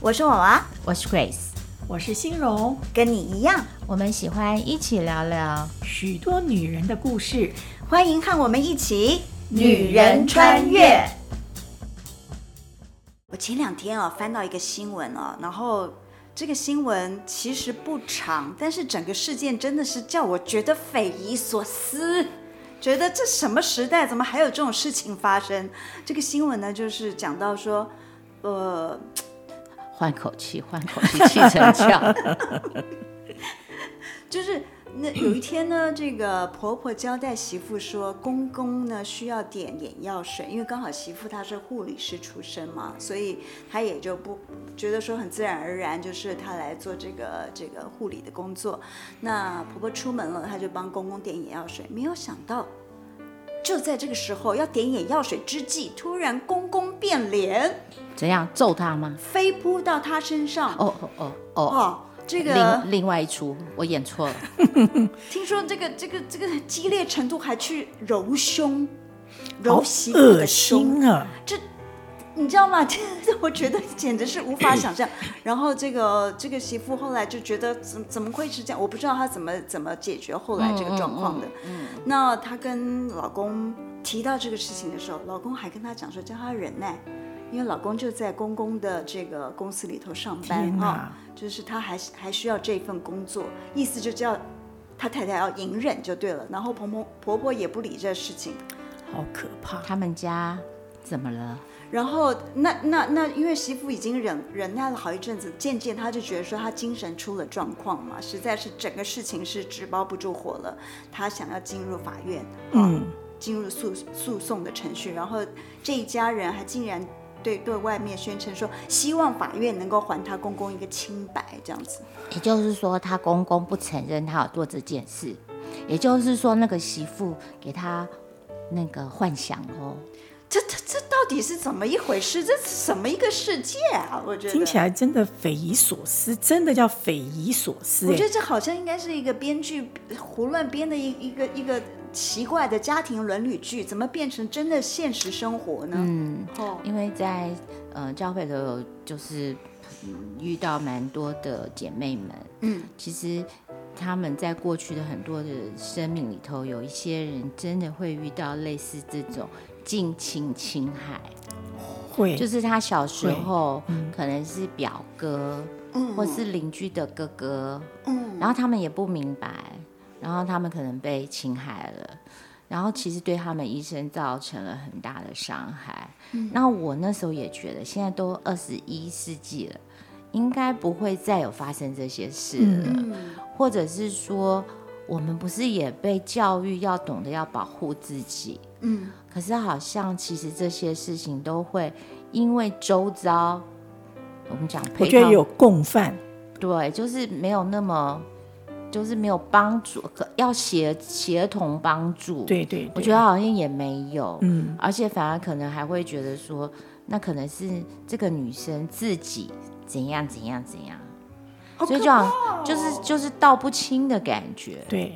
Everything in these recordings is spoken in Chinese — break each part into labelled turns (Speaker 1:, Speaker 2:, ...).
Speaker 1: 我是娃娃，
Speaker 2: 我是 Grace，
Speaker 3: 我是欣荣，
Speaker 1: 跟你一样，
Speaker 2: 我们喜欢一起聊聊。
Speaker 3: 许多女人的故事。
Speaker 1: 欢迎和我们一起
Speaker 3: 女人穿越。
Speaker 1: 我前两天哦翻到一个新闻哦，然后这个新闻其实不长，但是整个事件真的是叫我觉得匪夷所思，觉得这什么时代怎么还有这种事情发生？这个新闻呢就是讲到说，呃，
Speaker 2: 换口气，换口气，气成这 样。
Speaker 1: 就是那有一天呢，这个婆婆交代媳妇说，公公呢需要点眼药水，因为刚好媳妇她是护理师出身嘛，所以她也就不觉得说很自然而然，就是她来做这个这个护理的工作。那婆婆出门了，她就帮公公点眼药水，没有想到。就在这个时候，要点眼药水之际，突然公公变脸，
Speaker 2: 怎样揍他吗？
Speaker 1: 飞扑到她身上。
Speaker 2: 哦哦哦哦，
Speaker 1: 哦，这个
Speaker 2: 另另外一出我演错了。
Speaker 1: 听说这个这个这个激烈程度还去揉胸，揉
Speaker 3: 好
Speaker 1: 媳妇
Speaker 3: 恶
Speaker 1: 的胸，
Speaker 3: 心啊！
Speaker 1: 你知道吗？ 这这我觉得简直是无法想象。然后这个这个媳妇后来就觉得怎怎么会是这样？我不知道她怎么怎么解决后来这个状况的。
Speaker 3: 嗯
Speaker 1: 那她跟老公提到这个事情的时候，老公还跟她讲说叫她忍耐。因为老公就在公公的这个公司里头上
Speaker 2: 哎
Speaker 1: 班啊、
Speaker 3: 天哪
Speaker 1: 就是他还还需要这份工作，意思就叫他太太要隐忍就对了。然后婆婆婆婆也不理这事情，
Speaker 2: 哦
Speaker 3: 好可怕！
Speaker 2: 他们家怎么了？
Speaker 1: 然后那那那，因为媳妇已经忍忍耐了好一阵子，渐渐她就觉得说她精神出了状况嘛，实在是整个事情是纸包不住火了，她想要进入法院，啊
Speaker 3: 嗯，
Speaker 1: 进入诉诉讼的程序，然后这一家人还竟然对对外面宣称说，希望法院能够还她公公一个清白，这样子。
Speaker 2: 也就是说，她公公不承认她有做这件事，也就是说，那个媳妇给她那个幻想哦。
Speaker 1: 这这这到底是怎么一回事？这是什么一个世界啊？我觉得
Speaker 3: 听起来真的匪夷所思，真的叫匪夷所思
Speaker 1: 我
Speaker 3: 哎
Speaker 1: 觉得！这好像应该是一个编剧胡乱编的一一个一个奇怪的家庭伦理剧，怎么变成真的现实生活呢？嗯，哦，
Speaker 2: 因为在呃教会都有就是嗯遇到蛮多的姐妹们，
Speaker 1: 嗯，
Speaker 2: 其实她们在过去的很多的生命里头，有一些人真的会遇到类似这种近亲侵害，
Speaker 3: 哎会
Speaker 2: 就是他小时候可能是表哥，
Speaker 1: 嗯
Speaker 2: 或是邻居的哥哥，
Speaker 1: 嗯，
Speaker 2: 然后他们也不明白，然后他们可能被侵害了，然后其实对他们一生造成了很大的伤害。
Speaker 1: 嗯
Speaker 2: 那我那时候也觉得，现在都二十一世纪了，应该不会再有发生这些事了，
Speaker 3: 嗯
Speaker 2: 或者是说，我们不是也被教育要懂得要保护自己？
Speaker 1: 嗯，
Speaker 2: 可是好像其实这些事情都会因为周遭，我们讲
Speaker 3: 我
Speaker 2: 配
Speaker 3: 觉得
Speaker 2: 套
Speaker 3: 有共犯，
Speaker 2: 对，就是没有那么，就是没有帮助，可要协协同帮助。，
Speaker 3: 对对对，
Speaker 2: 我觉得好像也没有，
Speaker 3: 嗯，
Speaker 2: 而且反而可能还会觉得说，那可能是这个女生自己怎样怎样怎样，所以就好像
Speaker 3: 哦
Speaker 2: 就是就是道不清的感觉。
Speaker 3: 对，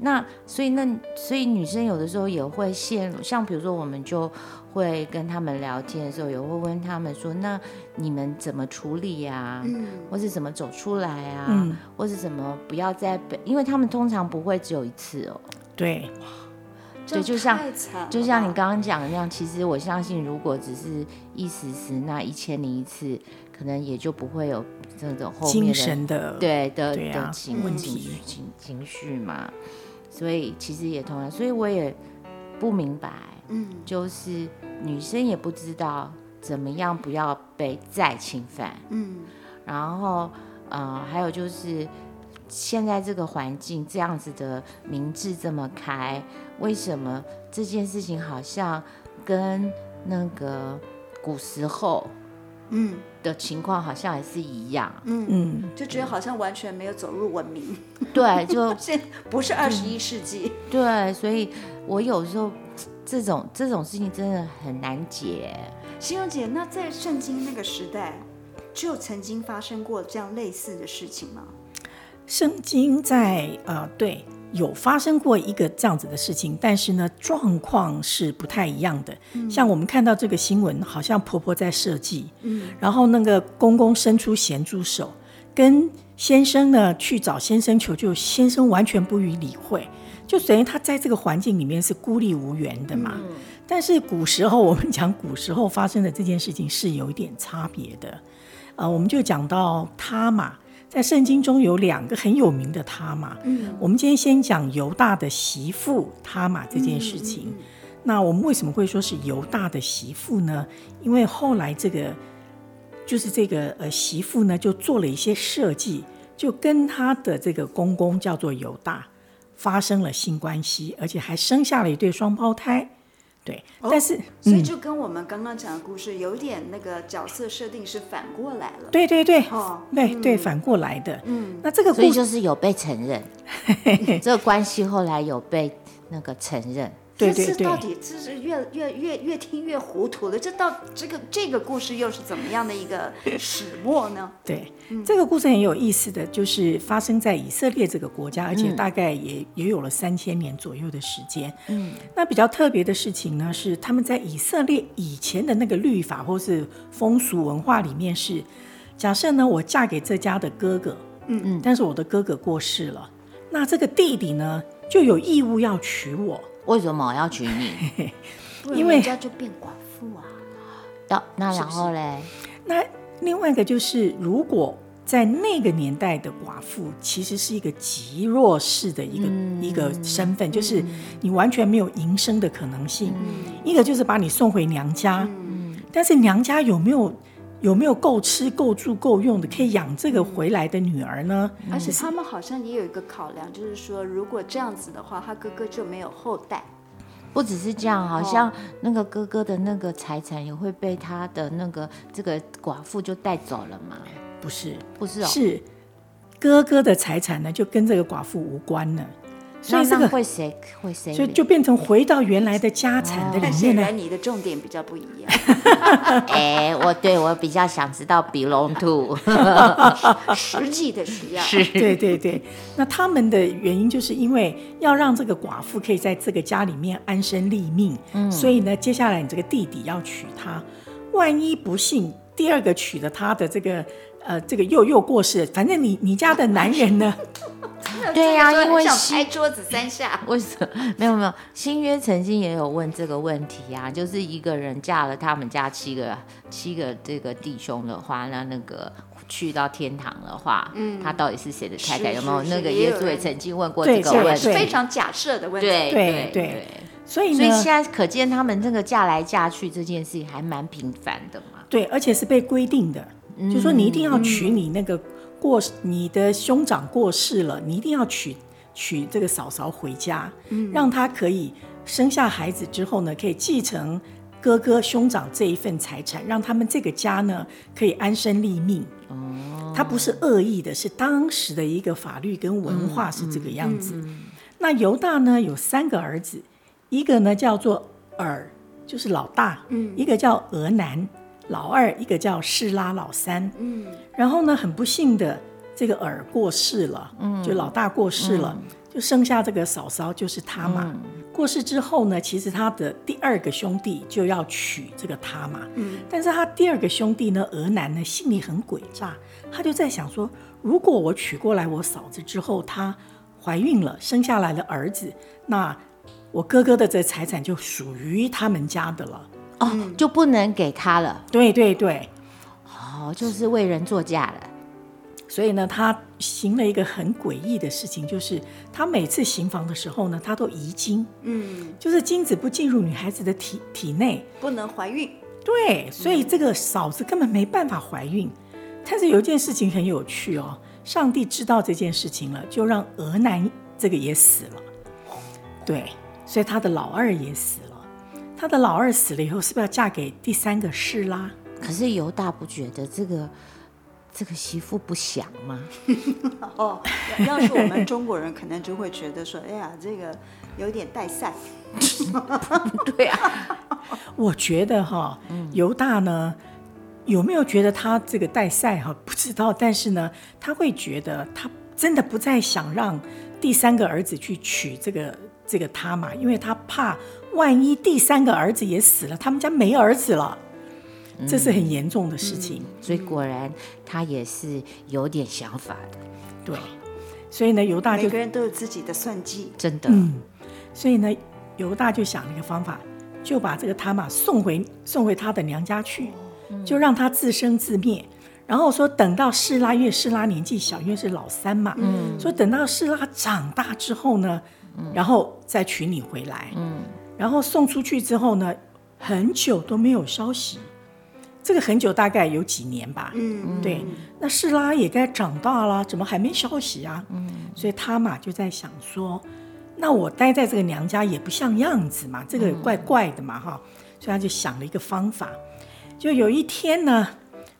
Speaker 2: 那所以那所以女生有的时候也会陷入，像比如说我们就会跟他们聊天的时候，也会问他们说，那你们怎么处理呀、
Speaker 1: 嗯
Speaker 2: 或是怎么走出来啊，
Speaker 3: 嗯
Speaker 2: 或是怎么不要再被，因为他们通常不会只有一次哦。
Speaker 3: 对，
Speaker 1: 这样
Speaker 2: 就像
Speaker 1: 太惨了
Speaker 2: 就像你
Speaker 1: 吧
Speaker 2: 刚刚讲的那样，其实我相信，如果只是一时时那一千零一次，可能也就不会有这种后面
Speaker 3: 精
Speaker 2: 的
Speaker 3: 神的，
Speaker 2: 对的
Speaker 3: 对
Speaker 2: 的
Speaker 3: 啊
Speaker 2: 情
Speaker 1: 问
Speaker 2: 情
Speaker 3: 题
Speaker 2: 绪情情绪嘛。所以其实也同样，所以我也不明白，
Speaker 1: 嗯
Speaker 2: 就是女生也不知道怎么样不要被再侵犯。
Speaker 1: 嗯
Speaker 2: 然后，呃，还有就是现在这个环境这样子的明智这么开，为什么这件事情好像跟那个古时候
Speaker 1: 嗯
Speaker 2: 的情况好像也是一 样？
Speaker 1: 嗯，
Speaker 3: 嗯，
Speaker 1: 就觉得好像完全没有走入文明，
Speaker 2: 对，就
Speaker 1: 这不是二十一世纪。
Speaker 2: 对，所以我有时候这种这种事情真的很难解。
Speaker 1: 形容姐，那在圣经那个时代，就曾经发生过这样类似的事情吗？
Speaker 3: 圣经在呃，对有发生过一个这样子的事情，但是呢，状况是不太一样的。像我们看到这个新闻，好像婆婆在设计，嗯，然后那个公公伸出咸猪手，跟先生呢去找先生求救，先生完全不予理会，就等于他在这个环境里面是孤立无援的嘛。但是古时候，我们讲古时候发生的这件事情是有一点差别的。呃，我们就讲到他嘛，在圣经中有两个很有名的他嘛。嗯，我们今天先讲犹大的媳妇他嘛这件事情。那我们为什么会说是犹大的媳妇呢？因为后来这个就是这个呃媳妇呢，就做了一些设计，就跟她的这个公公叫做犹大发生了性关系，而且还生下了一对双胞胎。对，但是、嗯
Speaker 1: 所以就跟我们刚刚讲的故事有点那个角色设定是反过来了。
Speaker 3: 对对对，
Speaker 1: 哦
Speaker 3: 对对，反过来的。嗯，那这个
Speaker 2: 所以
Speaker 3: 故事
Speaker 2: 就是有被承 认，这个关系后来有被那个承认。
Speaker 3: 对
Speaker 1: 这
Speaker 3: 对
Speaker 1: 是
Speaker 3: 对
Speaker 1: 到底这是越越越越听越糊涂了。这到这个这个故事又是怎么样的一个始末呢？
Speaker 3: 对，这个故事很有意思的，就是发生在以色列这个国家，而且大概也、也有了三千年左右的时间。嗯，那比较特别的事情呢，是他们在以色列以前的那个律法或是风俗文化里面是，假设呢我嫁给这家的哥哥，嗯嗯，但是我的哥哥过世了，那这个弟弟呢就有义务要娶我。
Speaker 2: 为什么我要娶 你？
Speaker 1: 不然
Speaker 3: 因为
Speaker 1: 人家就变寡妇啊。
Speaker 2: 到那然后嘞，
Speaker 3: 那另外一个就是，如果在那个年代的寡妇，其实是一个极弱势的一个、一个身份，就是你完全没有营生的可能性。一个就是把你送回娘家，但是娘家有没有有没有够吃、够住、够用的，可以养这个回来的女儿呢？
Speaker 1: 而且他们好像也有一个考量，就是说，如果这样子的话，他哥哥就没有后代。
Speaker 3: 嗯
Speaker 2: 不只是这样，好像那个哥哥的那个财产也会被他的那个这个寡妇就带走了嘛？
Speaker 3: 不是，
Speaker 2: 不是哦，
Speaker 3: 是哥哥的财产呢，就跟这个寡妇无关了。所
Speaker 2: 那
Speaker 3: 以这
Speaker 2: 那
Speaker 3: 个，
Speaker 2: 会谁会谁
Speaker 3: 所以
Speaker 2: 领？
Speaker 3: 就变成回到原来的家产的
Speaker 1: 但
Speaker 3: 里
Speaker 1: 显
Speaker 3: 面呢。
Speaker 1: 然你的重点比较不一样。
Speaker 2: 哎，我对我比较想知道 belong to
Speaker 3: 嗯
Speaker 1: 实际的需 要。
Speaker 3: 对对对，那他们的原因就是因为要让这个寡妇可以在这个家里面安身立命，所以呢，接下来你这个弟弟要娶她，万一不幸第二个娶了她的这个呃这个又又过世了，反正你你家的男人呢，
Speaker 2: 对 呀
Speaker 1: 这个时候
Speaker 2: 因为
Speaker 1: 很
Speaker 2: 是
Speaker 1: 想拍桌子三下。
Speaker 2: 为什么？没有没有，新约曾经也有问这个问题啊，就是一个人嫁了他们家七个七个这个弟兄的话，那那个去到天堂的话，嗯，他到底是谁的太太？
Speaker 1: 是
Speaker 2: 有没有
Speaker 1: 是
Speaker 2: 那
Speaker 1: 是
Speaker 2: 个
Speaker 1: 也
Speaker 2: 耶
Speaker 1: 有
Speaker 2: 稣也
Speaker 1: 人
Speaker 2: 曾经问过
Speaker 3: 对
Speaker 2: 这个
Speaker 3: 对
Speaker 2: 问
Speaker 1: 这 是
Speaker 2: 题？
Speaker 1: 非常假设的问题。
Speaker 2: 对
Speaker 3: 对
Speaker 2: 对
Speaker 3: 对 所以
Speaker 2: 所以
Speaker 3: 呢
Speaker 2: 现，在可见他们这个嫁来嫁去这件事还蛮频繁的嘛。
Speaker 3: 对，而且是被规定的，就说你一定要娶你那个过你的兄长过世了，你一定要娶娶这个嫂嫂回家，让她可以生下孩子之后呢，可以继承哥哥兄长这一份财产，让他们这个家呢可以安身立命。哦，他不是恶意的，是当时的一个法律跟文化是这个样子。那犹大呢有三个儿子，一个呢叫做尔，就是老大，嗯，一个叫俄南，老二，一个叫示拉，老三，嗯，然后呢很不幸的，这个尔过世了，嗯，就老大过世了，就剩下这个嫂嫂就是他嘛。过世之后呢，其实他的第二个兄弟就要娶这个他嘛，嗯，但是他第二个兄弟呢，俄南呢心里很诡诈，他就在想说，如果我娶过来我嫂子之后，她怀孕了，生下来了儿子，那我哥哥的这财产就属于他们家的了。
Speaker 2: 哦，就不能给他了，
Speaker 3: 对对对，
Speaker 2: 哦，就是为人作嫁了。
Speaker 3: 所以呢，他行了一个很诡异的事情，就是他每次行房的时候呢，他都遗精，
Speaker 1: 嗯，
Speaker 3: 就是精子不进入女孩子的体体内。
Speaker 1: 不能怀孕。
Speaker 3: 对，所以这个嫂子根本没办法怀孕。但是有一件事情很有趣哦，上帝知道这件事情了，就让俄南这个也死了。对，所以他的老二也死了。他的老二死了以后，是不是要嫁给第三个示拉？
Speaker 2: 可是犹大不觉得这个这个媳妇不祥吗？
Speaker 1: 哦，要是我们中国人，可能就会觉得说，哎呀，这个有点带赛。
Speaker 2: 对啊，
Speaker 3: 我觉得哈、犹大呢，有没有觉得他这个带赛哈、不知道，但是呢，他会觉得他真的不再想让第三个儿子去娶这个这个他嘛，因为他怕万一第三个儿子也死了，他们家没儿子了，这是很严重的事情。
Speaker 2: 所以果然他也是有点想法的，
Speaker 3: 对，所以呢，犹大
Speaker 1: 每
Speaker 3: 就
Speaker 1: 个人都有自己的算计。
Speaker 2: 真的。
Speaker 3: 嗯，所以呢，犹大就想了一个方法，就把这个塔玛送回送回他的娘家去，就让他自生自灭。然后说等到示拉，因为示拉年纪小，因为是老三嘛，说等到示拉长大之后呢，然后再娶你回来。然后送出去之后呢，很久都没有消息。这个很久大概有几年吧，
Speaker 1: 嗯，
Speaker 3: 对，那世拉也该长大了，怎么还没消息啊？嗯，所以他嘛就在想说，那我待在这个娘家也不像样子嘛，这个怪怪的嘛哈，所以他就想了一个方法，就有一天呢，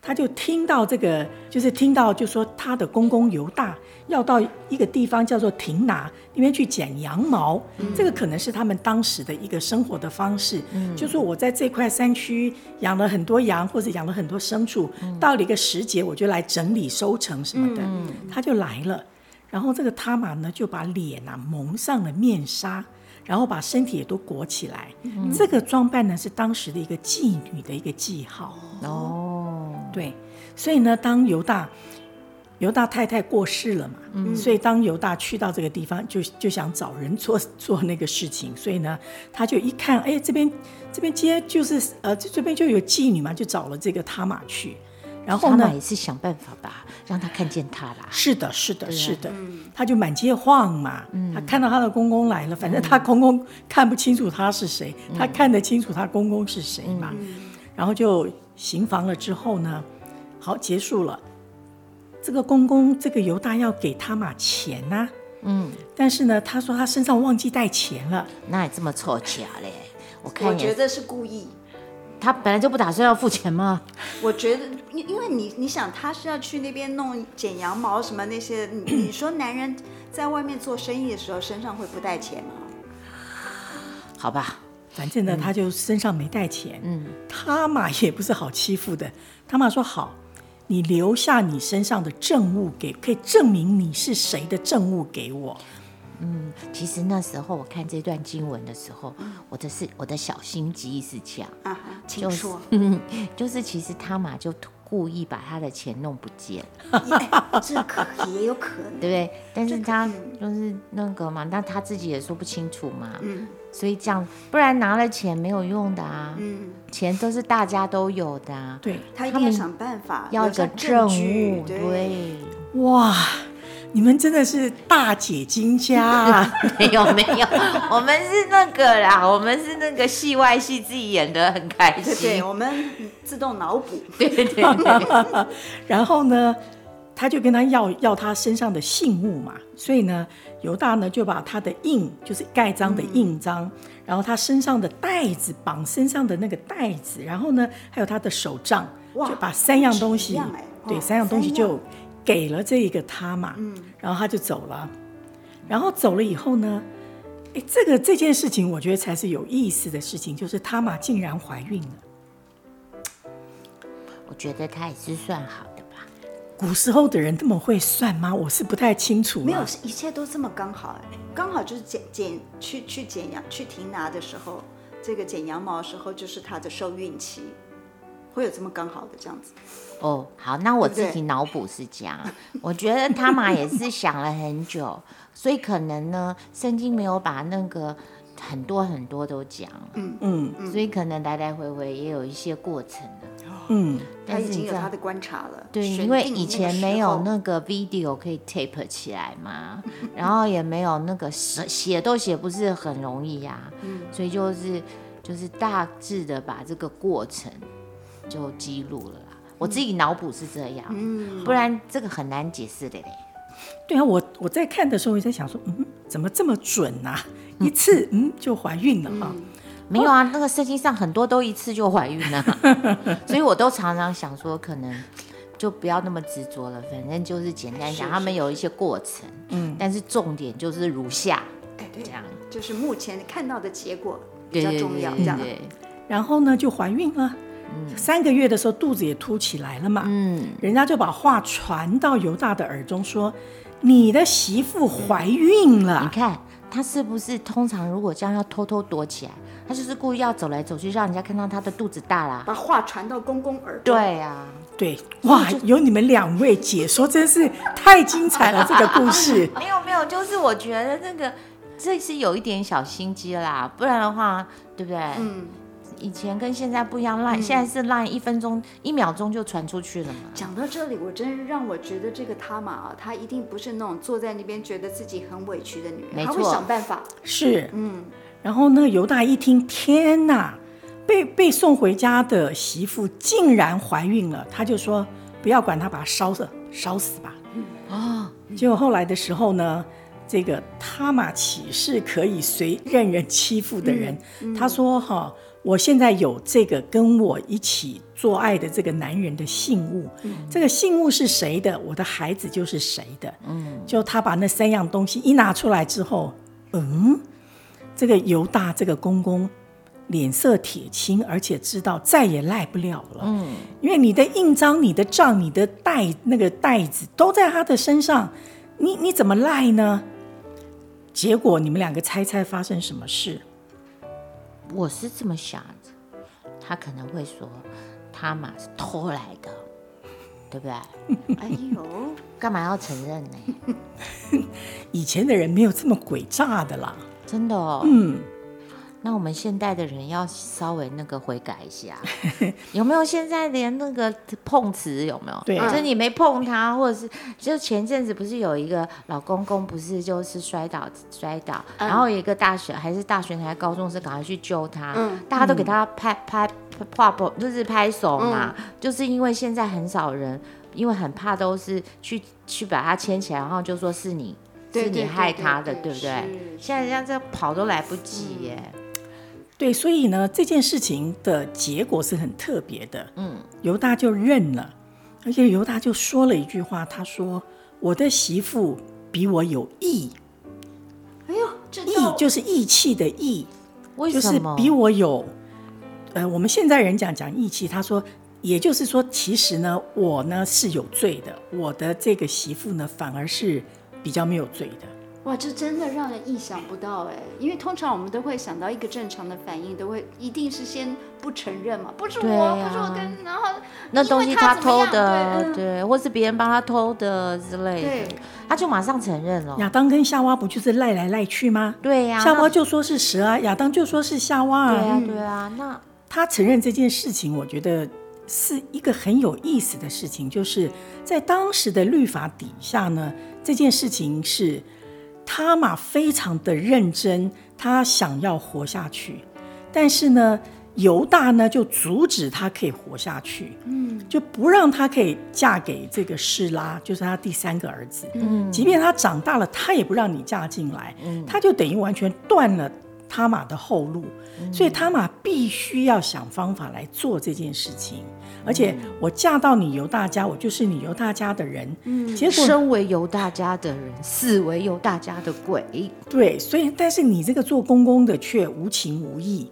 Speaker 3: 他就听到这个，就是听到就说他的公公犹大要到一个地方叫做亭拿那边去剪羊毛，这个可能是他们当时的一个生活的方式。就说我在这块山区养了很多羊，或者养了很多牲畜，到了一个时节我就来整理收成什么的，他就来了。然后这个他玛呢就把脸啊蒙上了面纱，然后把身体也都裹起来。这个装扮呢是当时的一个妓女的一个记号。
Speaker 2: 哦，
Speaker 3: 对，所以呢，当犹大犹大太太过世了嘛，所以当犹大去到这个地方，就就想找人做做那个事情，所以呢，他就一看，哎，这边这边街就是呃，这这边就有妓女嘛，就找了这个他玛去，然后
Speaker 2: 他
Speaker 3: 呢
Speaker 2: 们，也是想办法吧，让他看见他啦。
Speaker 3: 是的，是的，
Speaker 2: 对啊嗯
Speaker 3: 是的，他就满街晃嘛。他看到他的公公来了，反正他公公看不清楚他是谁，
Speaker 2: 嗯
Speaker 3: 他看得清楚他公公是谁嘛。然后就行房了之后呢，好结束了。这个公公，这个犹大要给他嘛钱呐、
Speaker 2: 嗯，
Speaker 3: 但是呢，他说他身上忘记带钱了。
Speaker 2: 那也这么凑巧嘞？我
Speaker 1: 我
Speaker 2: 看
Speaker 1: 觉
Speaker 2: 也
Speaker 1: 得是故意。
Speaker 2: 他本来就不打算要付钱吗？
Speaker 1: 我觉得，因因为你你想，他是要去那边弄剪羊毛什么那些，你你说男人在外面做生意的时候身上会不带钱吗？
Speaker 2: 好吧，
Speaker 3: 反正呢，他就身上没带钱。嗯，他嘛也不是好欺负的。他嘛说好，你留下你身上的证物给，可以证明你是谁的证物给我。
Speaker 2: 其实那时候我看这段经文的时候，我的是我的小心机是这样，
Speaker 1: 啊，请
Speaker 2: 就是
Speaker 1: 说。
Speaker 2: 就是其实他嘛就故意把他的钱弄不见，
Speaker 1: 哎这可也有可能。
Speaker 2: 对不对？但是
Speaker 1: 这个
Speaker 2: 他
Speaker 1: 嗯
Speaker 2: 就是那个嘛，那他自己也说不清楚嘛，
Speaker 1: 嗯
Speaker 2: 所以这样不然拿了钱没有用的啊，
Speaker 1: 嗯，
Speaker 2: 钱都是大家都有的、啊，
Speaker 3: 对，
Speaker 1: 他一
Speaker 2: 他
Speaker 1: 定要
Speaker 2: 们
Speaker 1: 想办法
Speaker 2: 要一
Speaker 1: 留下
Speaker 2: 个证
Speaker 1: 据
Speaker 2: 物，
Speaker 1: 对，
Speaker 2: 对，
Speaker 3: 哇，你们真的是大姐金家、啊。
Speaker 2: 没有没有，我们是那个啦，我们是那个戏外戏自己演的很开
Speaker 1: 对
Speaker 2: 心
Speaker 1: 对，，我们自动脑补。
Speaker 2: 对对对，
Speaker 3: 然后呢，他就跟他要要他身上的信物嘛，所以呢，犹大呢就把他的印，就是盖章的印章，然后他身上的带子，绑身上的那个带子，然后呢，还有他的手杖，
Speaker 1: 哇
Speaker 3: 就把三样东西，
Speaker 1: 一样哎
Speaker 3: 对，
Speaker 1: 哦
Speaker 3: 三样东西
Speaker 1: 三样嗯
Speaker 3: 就给了这一个他嘛，然后他就走了，然后走了以后呢。哎，这个这件事情，我觉得才是有意思的事情，就是他玛竟然怀孕了。
Speaker 2: 我觉得他也是算好的吧。
Speaker 3: 古时候的人这么会算吗？我是不太清楚啦。啊
Speaker 1: 没有，是一切都这么刚好哎，刚好就是剪剪去去剪羊去停拿的时候，这个剪羊毛的时候就是他的受孕期，会有这么刚好的这样子。
Speaker 2: 哦，好，那我
Speaker 1: 对不对
Speaker 2: 自己脑补是这样，啊我觉得他嘛也是想了很久，所以可能呢，圣经没有把那个很多很多都讲了，
Speaker 3: 嗯
Speaker 2: 所以可能来来回回也有一些过程啊的。
Speaker 3: 嗯，
Speaker 1: 他
Speaker 2: 但
Speaker 1: 已
Speaker 2: 是
Speaker 1: 经
Speaker 2: 你
Speaker 1: 有
Speaker 2: 知道
Speaker 1: 他的观察了，
Speaker 2: 对，
Speaker 1: 选
Speaker 2: 因为
Speaker 1: 定
Speaker 2: 以
Speaker 1: 个
Speaker 2: 前
Speaker 1: 时
Speaker 2: 没有
Speaker 1: 候
Speaker 2: 那个 video 可以 tape 起来嘛，然后也没有那个写写都写不是很容易呀、所以就是就是大致的把这个过程就记录了啦。我自己脑补是这样，不然这个很难解释的嘞。
Speaker 3: 对啊，我我在看的时候也在想说，嗯，怎么这么准呐、一次嗯就怀孕了啊，
Speaker 2: 没有啊，那个圣经上很多都一次就怀孕了、所以我都常常想说，可能就不要那么执着了，反正就是简单讲，他们有一些过程，嗯，但是重点就是如下，
Speaker 1: 哎对
Speaker 2: 这样
Speaker 1: 就是目前看到的结果比
Speaker 2: 对
Speaker 1: 较
Speaker 2: 对
Speaker 1: 重要，这
Speaker 2: 对
Speaker 1: 样
Speaker 2: 对
Speaker 3: 然后呢就怀孕了。三个月的时候肚子也凸起来了嘛，
Speaker 2: 嗯，
Speaker 3: 人家就把话传到犹大的耳中说：“你的媳妇怀孕
Speaker 2: 你
Speaker 3: 了，
Speaker 2: 看他是不是通常如果这样要偷偷躲起来，他就是故意要走来走去，让人家看到他的肚子大啦。
Speaker 1: 把话传到公公耳朵。
Speaker 2: 对啊呀、
Speaker 3: 对，哇，有你们两位解说真是太精彩了，这个故事。
Speaker 2: 没有没有，就是我觉得那个这是有一点小心机啦，不然的话，对不对？
Speaker 1: 嗯，
Speaker 2: 以前跟现在不一样，烂、现在是烂，一分钟一秒钟就传出去了嘛。
Speaker 1: 讲到这里，我真让我觉得这个他玛啊，她一定不是那种坐在那边觉得自己很委屈的女
Speaker 2: 没
Speaker 1: 人，她会
Speaker 2: 错
Speaker 1: 想办法。
Speaker 3: 是，嗯。然后那个犹大一听，天哪，被被送回家的媳妇竟然怀孕了，他就说不要管她，把她烧了，烧死吧。哦，结果后来的时候呢，这个他玛岂是可以随任人欺负的人？他说哈、我现在有这个跟我一起做爱的这个男人的信物，这个信物是谁的，我的孩子就是谁的。嗯，就他把那三样东西一拿出来之后，嗯，这个犹大这个公公脸色铁青，而且知道再也赖不了了。嗯，因为你的印章、你的账、你的袋那个袋子都在他的身上，你你怎么赖呢？结果你们两个猜猜发生什么事？
Speaker 2: 我是这么想的，他可能会说他嘛是偷来的，对不对？
Speaker 1: 哎呦，
Speaker 2: 干嘛要承认呢？
Speaker 3: 以前的人没有这么诡诈的啦。
Speaker 2: 真的哦，
Speaker 3: 嗯，
Speaker 2: 那我们现代的人要稍微那个悔改一下，有没有？现在连那个碰瓷有没有？
Speaker 3: 对
Speaker 2: 就是你没碰他，或者是就前阵子不是有一个老公公，不是就是摔倒摔倒，然后有一个大学还是大学还是高中生，赶快去救他，
Speaker 1: 嗯
Speaker 2: 大家都给他拍拍画不就是拍手嘛，就是因为现在很少人，因为很怕都是去去把他牵起来，然后就说是你。
Speaker 1: 对
Speaker 2: 是你
Speaker 1: 对对
Speaker 2: 害
Speaker 1: 对
Speaker 2: 他的，
Speaker 1: 对
Speaker 2: 对不对？
Speaker 1: 是
Speaker 2: 现在人家这跑都来不及耶。
Speaker 3: 对，所以呢，这件事情的结果是很特别的。嗯，犹大就认了，而且犹大就说了一句话，他说：“我的媳妇比我有义，
Speaker 1: 哎呦，这
Speaker 3: 义
Speaker 1: 到
Speaker 3: 就是义气的义，
Speaker 2: 为
Speaker 3: 就
Speaker 2: 什
Speaker 3: 是
Speaker 2: 么？
Speaker 3: 比我有。”呃，我们现在人讲讲义气，他说，也就是说，其实呢，我呢是有罪的，我的这个媳妇呢反而是比较没有罪的。
Speaker 1: 哇，这真的让人意想不到哎，因为通常我们都会想到一个正常的反应，都会一定是先不承认嘛，不是我，
Speaker 2: 对啊
Speaker 1: 不是我跟，然后
Speaker 2: 那东西他偷
Speaker 1: 因为他
Speaker 2: 的，
Speaker 1: 怎么样对嗯
Speaker 2: 对，或是别人帮他偷的之类
Speaker 1: 对
Speaker 2: 的，他就马上承认了。
Speaker 3: 亚当跟夏娃不就是赖来赖去吗？
Speaker 2: 对呀、
Speaker 3: 夏娃
Speaker 2: 那
Speaker 3: 就说是蛇啊，亚当就说是夏娃啊。
Speaker 2: 对呀、对啊，那
Speaker 3: 他承认这件事情，我觉得是一个很有意思的事情，就是在当时的律法底下呢，这件事情是他玛非常的认真，他想要活下去，但是呢，犹大呢就阻止他可以活下去，嗯，就不让他可以嫁给这个施拉，就是他第三个儿子，嗯，即便他长大了，他也不让你嫁进来，嗯，他就等于完全断了他玛的后路，所以他玛必须要想方法来做这件事情，而且我嫁到你犹大家，我就是你犹大家的人，嗯，结果
Speaker 2: 身为犹大家的人，死为犹大家的鬼。
Speaker 3: 对，所以但是你这个做公公的却无情无义，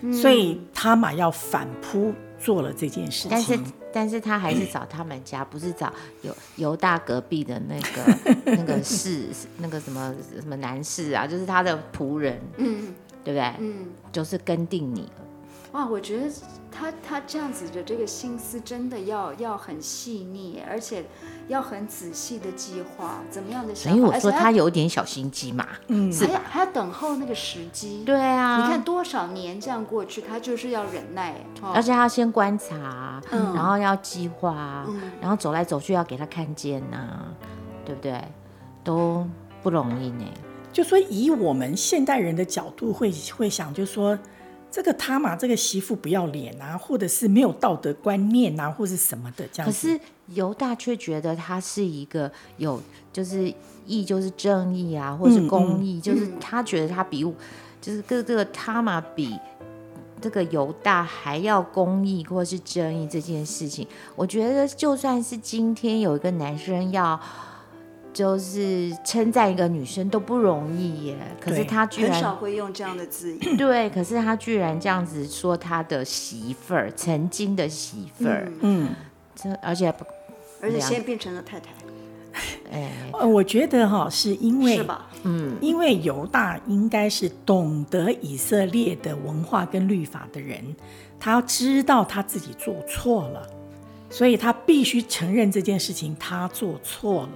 Speaker 2: 嗯
Speaker 3: 所以他玛要反扑做了这件事
Speaker 2: 但是
Speaker 3: 情。，
Speaker 2: 但是他还是找他们家，不是找犹犹大隔壁的那 个那个士，那个什么什么男士啊，就是他的仆人，
Speaker 1: 嗯
Speaker 2: 对不对？
Speaker 1: 嗯，
Speaker 2: 就是跟定你了。
Speaker 1: 哇，我觉得他他这样子的这个心思真的要要很细腻，而且要很仔细的计划怎么样的
Speaker 2: 所
Speaker 1: 想
Speaker 2: 以
Speaker 1: 法，
Speaker 2: 我
Speaker 1: 而且
Speaker 2: 说他
Speaker 1: 还
Speaker 2: 有点小心机嘛。
Speaker 3: 嗯，
Speaker 1: 还要还要等候那个时机。
Speaker 2: 对啊，
Speaker 1: 你看多少年这样过去，他就是要忍耐，哦
Speaker 2: 而且他要先观察，
Speaker 1: 嗯
Speaker 2: 然后要计划，
Speaker 1: 嗯
Speaker 2: 然后走来走去要给他看见呐、对不对？都不容易呢。
Speaker 3: 就说以我们现代人的角度会会想，就说这个他玛这个媳妇不要脸啊，或者是没有道德观念啊，或是什么的这样
Speaker 2: 可
Speaker 3: 子。
Speaker 2: 是犹大却觉得他是一个有，就是义就是正义啊，或
Speaker 3: 嗯
Speaker 2: 是公义，就是他觉得他比我，就是各个他嘛比。这个犹大还要公义或是正义这件事情，我觉得就算是今天有一个男生要，就是称赞一个女生都不容易耶。可是
Speaker 3: 对
Speaker 2: 他居
Speaker 1: 很
Speaker 2: 然
Speaker 1: 少会用这样的字眼。
Speaker 2: 对，可是他居然这样子说他的媳妇儿，曾经的媳妇儿，
Speaker 1: 嗯，
Speaker 3: 嗯，
Speaker 2: 这而且不
Speaker 1: 而且
Speaker 2: 两
Speaker 1: 现在变成了太太。
Speaker 2: 哎、哎，
Speaker 3: 呃，我觉得哈、是因为
Speaker 1: 是吧？
Speaker 3: 因为犹大应该是懂得以色列的文化跟律法的人，他知道他自己做错了，所以他必须承认这件事情他做错了。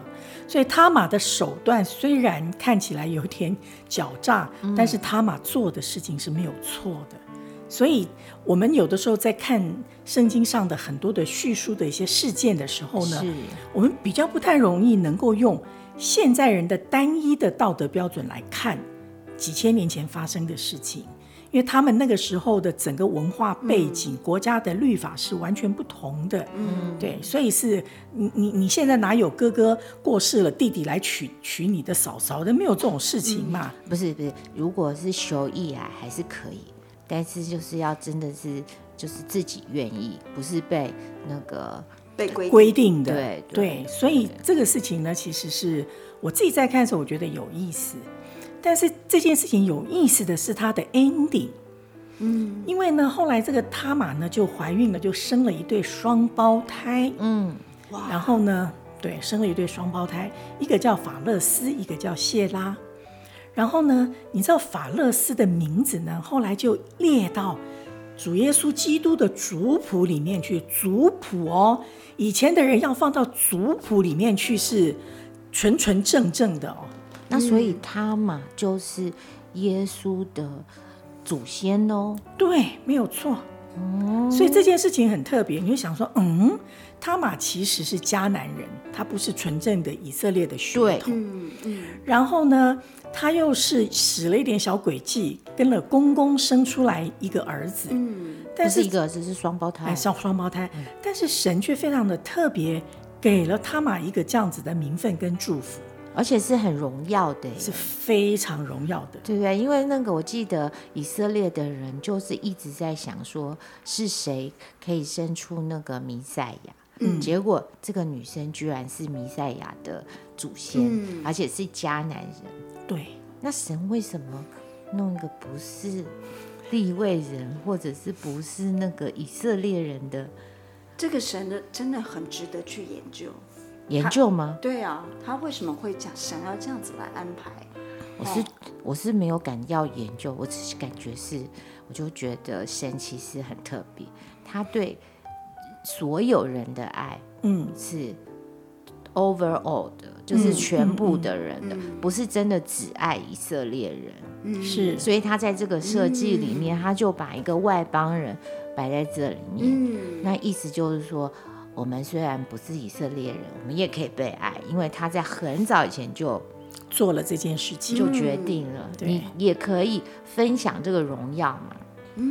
Speaker 3: 所以他玛的手段虽然看起来有点狡诈，但是他玛做的事情是没有错的。所以，我们有的时候在看圣经上的很多的叙述的一些事件的时候哦呢，
Speaker 2: 是
Speaker 3: 我们比较不太容易能够用现在人的单一的道德标准来看几千年前发生的事情，因为他们那个时候的整个文化背景、国家的律法是完全不同的。嗯，对，所以是你你你现在哪有哥哥过世了，弟弟来娶娶你的嫂嫂的？没有这种事情嘛。
Speaker 2: 不是不是，如果是修艺啊，还是可以，但是就是要真的是就是自己愿意，不是被那个
Speaker 1: 被规定
Speaker 3: 规定的，
Speaker 2: 对对
Speaker 3: 所以这个事情呢，其实是我自己在看的时候，我觉得有意思。但是这件事情有意思的是它的 ending，嗯，因为呢，后来这个塔玛呢就怀孕了，就生了一对双胞胎，
Speaker 2: 嗯
Speaker 3: 然后呢，对，生了一对双胞胎，一个叫法勒斯，一个叫谢拉。然后呢，你知道法勒斯的名字呢，后来就列到主耶稣基督的族谱里面去。族谱哦，以前的人要放到族谱里面去是纯纯正正的哦。
Speaker 2: 那所以他嘛就是耶稣的祖先哦，
Speaker 3: 对，没有错。所以这件事情很特别，你就想说，嗯，他玛其实是迦南人，他不是纯正的以色列的血
Speaker 2: 对
Speaker 3: 统。
Speaker 1: 嗯嗯，
Speaker 3: 然后呢，他又是使了一点小诡计，跟了公公生出来一个儿子，嗯，但
Speaker 2: 不
Speaker 3: 是
Speaker 2: 是一个儿子是双胞胎
Speaker 3: 哎，像双胞胎，
Speaker 1: 嗯
Speaker 3: 但是神却非常的特别，给了他玛一个这样子的名分跟祝福，
Speaker 2: 而且是很荣耀的耶，
Speaker 1: 嗯
Speaker 3: 是非常荣耀的。
Speaker 2: 对不对？因为那个我记得以色列的人就是一直在想说，是谁可以生出那个弥赛亚？嗯，结果这个女生居然是弥赛亚的祖先，
Speaker 1: 嗯
Speaker 2: 而且是迦南人。
Speaker 3: 对，
Speaker 2: 那神为什么弄一个不是立位人，或者是不是那个以色列人的
Speaker 1: 这个神的真的很值得去研究。
Speaker 2: 研究吗？
Speaker 1: 对啊，他为什么会讲想要这样子来安排？
Speaker 2: 我是我是没有敢要研究，我只是感觉是，我就觉得神其实很特别，他对所有人的爱
Speaker 3: 嗯，
Speaker 2: 是 overall 的，就是全部的人的，不是真的只爱以色列人。
Speaker 1: 嗯
Speaker 3: 是
Speaker 2: 所以他在这个设计里面，他就把一个外邦人摆在这里面，
Speaker 1: 嗯，
Speaker 2: 那意思就是说。我们虽然不是以色列人，我们也可以被爱，因为他在很早以前就
Speaker 3: 做了这件事
Speaker 1: 嗯
Speaker 3: 情，
Speaker 2: 就决定了，
Speaker 3: 对
Speaker 2: 你也可以分享这个荣耀嘛。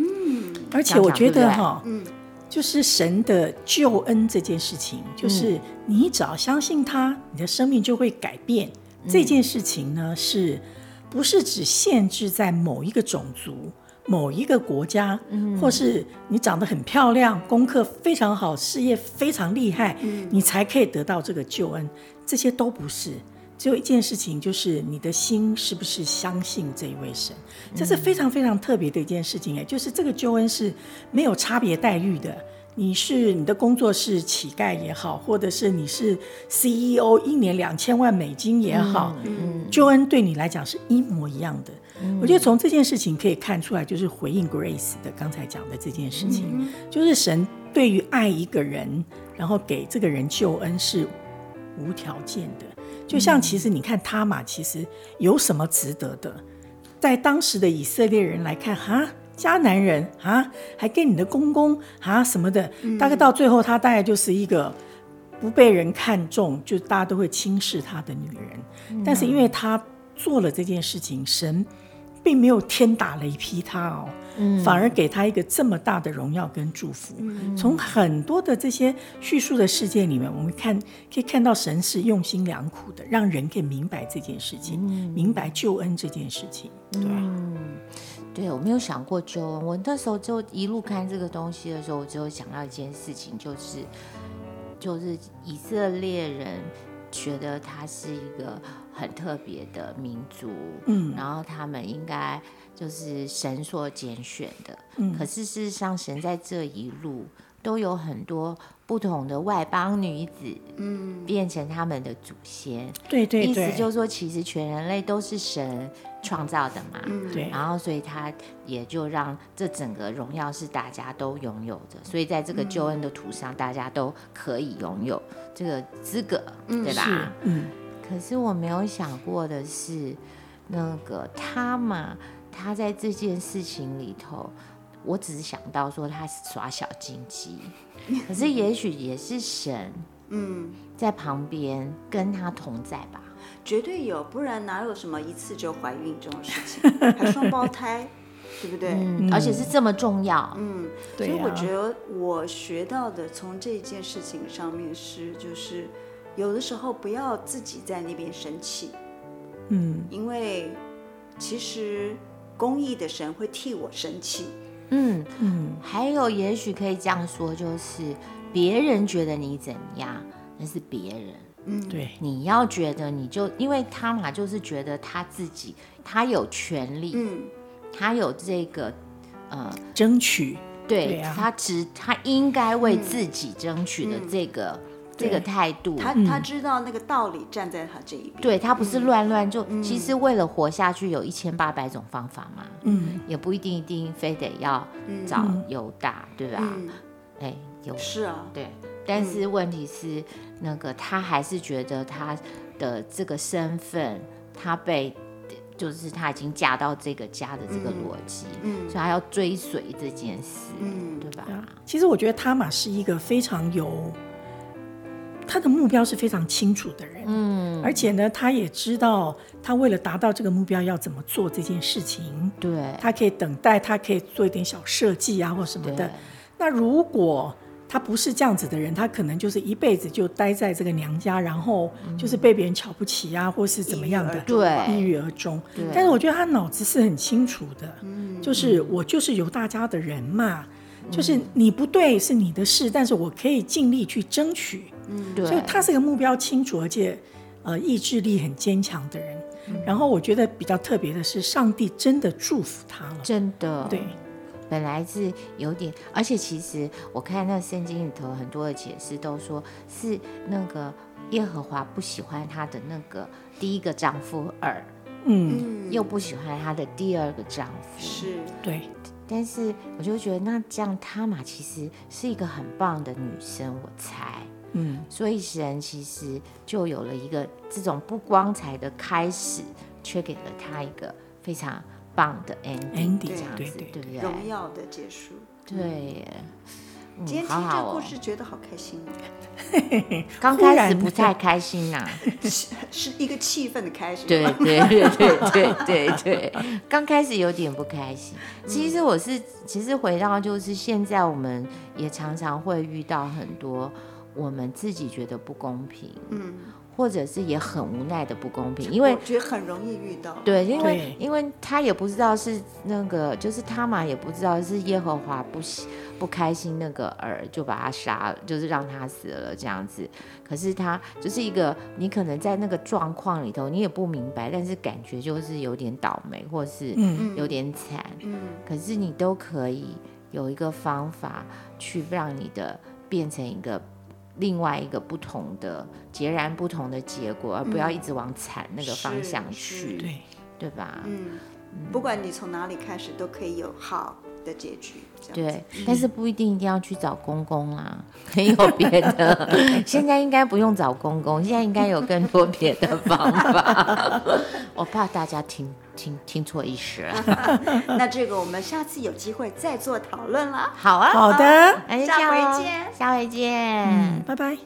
Speaker 3: 而且我觉
Speaker 2: 这
Speaker 3: 得
Speaker 2: 样讲
Speaker 3: 哈，
Speaker 1: 对不对嗯
Speaker 3: 就是神的救恩这件事情，
Speaker 1: 嗯
Speaker 3: 就是你只要相信他，你的生命就会改变。
Speaker 1: 嗯
Speaker 3: 这件事情呢，是不是只限制在某一个种族、某一个国家，或是你长得很漂亮、功课非常好、事业非常厉害，你才可以得到这个救恩？这些都不是。只有一件事情，就是你的心是不是相信这一位神，这是非常非常特别的一件事情哎，就是这个救恩是没有差别待遇的。你是你的工作是乞丐也好，或者是你是 CEO，一年两千万美金也好，救恩对你来讲是一模一样的。我觉得从这件事情可以看出来，就是回应 Grace 的刚才讲的这件事情，就是神对于爱一个人，然后给这个人救恩是无条件的。就像其实你看他嘛，其实有什么值得的？在当时的以色列人来看，哈，迦南人啊，还跟你的公公啊什么的，大概到最后，她大概就是一个不被人看重，就大家都会轻视她的女人。但是因为她做了这件事情，神并没有天打雷劈她哦，反而给她一个这么大的荣耀跟祝福。从很多的这些叙述的事件里面，我们看可以看到神是用心良苦的，让人可以明白这件事情，明白救恩这件事情。对，
Speaker 2: 对我没有想过救恩，我那时候就一路看这个东西的时候，我只有想到一件事情，就是就是以色列人觉得他是一个很特别的民族，
Speaker 3: 嗯
Speaker 2: 然后他们应该啊
Speaker 3: 嗯
Speaker 2: 就是神所拣选的，可是事实上神在这一路都有很多不同的外邦女子，嗯，变成他们的祖先。
Speaker 3: 嗯对对
Speaker 2: 意思
Speaker 3: 对，
Speaker 2: 就是说，其实全人类都是神创造的嘛，
Speaker 1: 嗯
Speaker 3: 对
Speaker 2: 然后所以他也就让这整个荣耀是大家都拥有的，所以在这个救恩
Speaker 3: 嗯
Speaker 2: 的土上，大家都可以拥有这个资格，对吧？
Speaker 3: 是嗯，
Speaker 2: 可是我没有想过的是，那个他嘛，他在这件事情里头，我只是想到说他耍小心 机，可是也许也是神
Speaker 1: 嗯，
Speaker 2: 在旁边跟他同在吧。
Speaker 1: 绝对有，不然哪有什么一次就怀孕这种事 情，还双胞胎，对不对？
Speaker 2: 嗯，而且是这么重要，
Speaker 1: 嗯，所
Speaker 3: 对
Speaker 1: 以我
Speaker 3: 啊
Speaker 1: 觉得我学到的从这件事情上面是，就是有的时候不要自己在那边生气，
Speaker 3: 嗯，
Speaker 1: 因为其实公益的神会替我生气。
Speaker 2: 嗯，
Speaker 3: 嗯，
Speaker 2: 还有也许可以这样说，就是别人觉得你怎样，那是别人，
Speaker 3: 对，
Speaker 2: 你要觉得你就，因为他嘛就是觉得他自己，他有权利，
Speaker 1: 嗯，
Speaker 2: 他有这个，呃，
Speaker 3: 争取，
Speaker 2: 对
Speaker 3: 对啊
Speaker 2: 他只他应该为自己争取的这个、这个
Speaker 3: 对
Speaker 2: 态度，
Speaker 1: 他他知道那个道理，站在他这一边。
Speaker 2: 对他不是乱乱就，其实为了活下去有一千八百种方法嘛，
Speaker 3: 嗯，
Speaker 2: 也不一定一定非得要找犹大，对吧？
Speaker 1: 嗯，
Speaker 2: 哎、有
Speaker 1: 是啊，
Speaker 2: 对，但
Speaker 3: 嗯
Speaker 2: 是问题是，那个他还是觉得他的这个身份，他被就是他已经嫁到这个家的这个
Speaker 3: 嗯
Speaker 2: 逻辑，所以他要追随这件事，
Speaker 1: 嗯
Speaker 2: 对吧？
Speaker 3: 其实我觉得他玛是一个非常有他的目标是非常清楚的人，嗯，而且呢，他也知道他为了达到这个目标要怎么做这件事情，
Speaker 2: 对，
Speaker 3: 他可以等待，他可以做一点小设计啊或什么的
Speaker 2: 对。
Speaker 3: 那如果他不是这样子的人，他可能就是一辈子就待在这个娘家，然后就是被别人瞧不起啊，或是怎么样的，
Speaker 1: 抑郁而
Speaker 2: 终嗯对
Speaker 3: 抑郁而终
Speaker 2: 对。嗯
Speaker 3: 但是我觉得他脑子是很清楚的，就是我就是犹大家的人嘛，就是你不对是你的事，但是我可以尽力去争取。
Speaker 1: 嗯
Speaker 3: 所以
Speaker 2: 对，
Speaker 3: 他是个目标清楚，而且呃意志力很坚强的人。
Speaker 2: 嗯
Speaker 3: 然后我觉得比较特别的是，上帝真的祝福他了。
Speaker 2: 真的，
Speaker 3: 对，
Speaker 2: 本来是有点，而且其实我看那圣经里头很多的解释都说是那个耶和华不喜欢他的那个第一个丈夫尔，
Speaker 3: 嗯，
Speaker 1: 嗯，
Speaker 2: 又不喜欢他的第二个丈夫，
Speaker 1: 是，
Speaker 3: 对，
Speaker 2: 但是我就觉得，那这样她嘛，其实是一个很棒的女生，我猜。
Speaker 3: 嗯，
Speaker 2: 所以神其实就有了一个这种不光彩的开始，却给了她一个非常棒的 ending，
Speaker 3: Ending，
Speaker 2: 这样子，
Speaker 3: 对对
Speaker 2: 不对？
Speaker 1: 荣耀的结束。
Speaker 2: 对耶，嗯
Speaker 1: 今天
Speaker 2: 好
Speaker 1: 听这
Speaker 2: 好
Speaker 1: 个
Speaker 2: 哦
Speaker 1: 故。事觉得好开心 哦，
Speaker 2: 刚
Speaker 3: 忽
Speaker 2: 开始
Speaker 3: 然
Speaker 2: 不太开心呐、
Speaker 1: 是一个气氛的开始。
Speaker 2: 对对对对对对，刚开始有点不开心。其实我是，其实回到就是现在，我们也常常会遇到很多我们自己觉得不公平，嗯，或者是也很无奈的不公平，因为
Speaker 1: 我觉得很容易遇到。
Speaker 2: 对，因为
Speaker 3: 对
Speaker 2: 因为他也不知道是那个，就是他嘛也不知道是耶和华不喜不开心那个尔就把他杀了，就是让他死了这样子。可是他就是一个，你可能在那个状况里头，你也不明白，但是感觉就是有点倒霉，或是
Speaker 3: 嗯
Speaker 2: 有点惨。
Speaker 1: 嗯，
Speaker 2: 可是你都可以有一个方法去让你的变成一个另外一个不同的、截然不同的结果，而不要一直往惨那个方
Speaker 1: 是
Speaker 2: 向
Speaker 1: 是
Speaker 2: 去。
Speaker 3: 嗯对，
Speaker 2: 对吧？
Speaker 1: 嗯，不管你从哪里开始，都可以有好的结局。这样子
Speaker 2: 对，但是不一定一定要去找公公啦， 可以有别 的。现在应该不用找公公，现在应该有更多别的方 法。我怕大家听听听错意思了。
Speaker 1: 那这个我们下次有机会再做讨论啦。
Speaker 2: 好啊，
Speaker 3: 好的，
Speaker 2: 那就这
Speaker 1: 下
Speaker 2: 样
Speaker 1: 回
Speaker 2: 咯
Speaker 1: 见
Speaker 2: 下回见。
Speaker 3: 嗯，拜拜。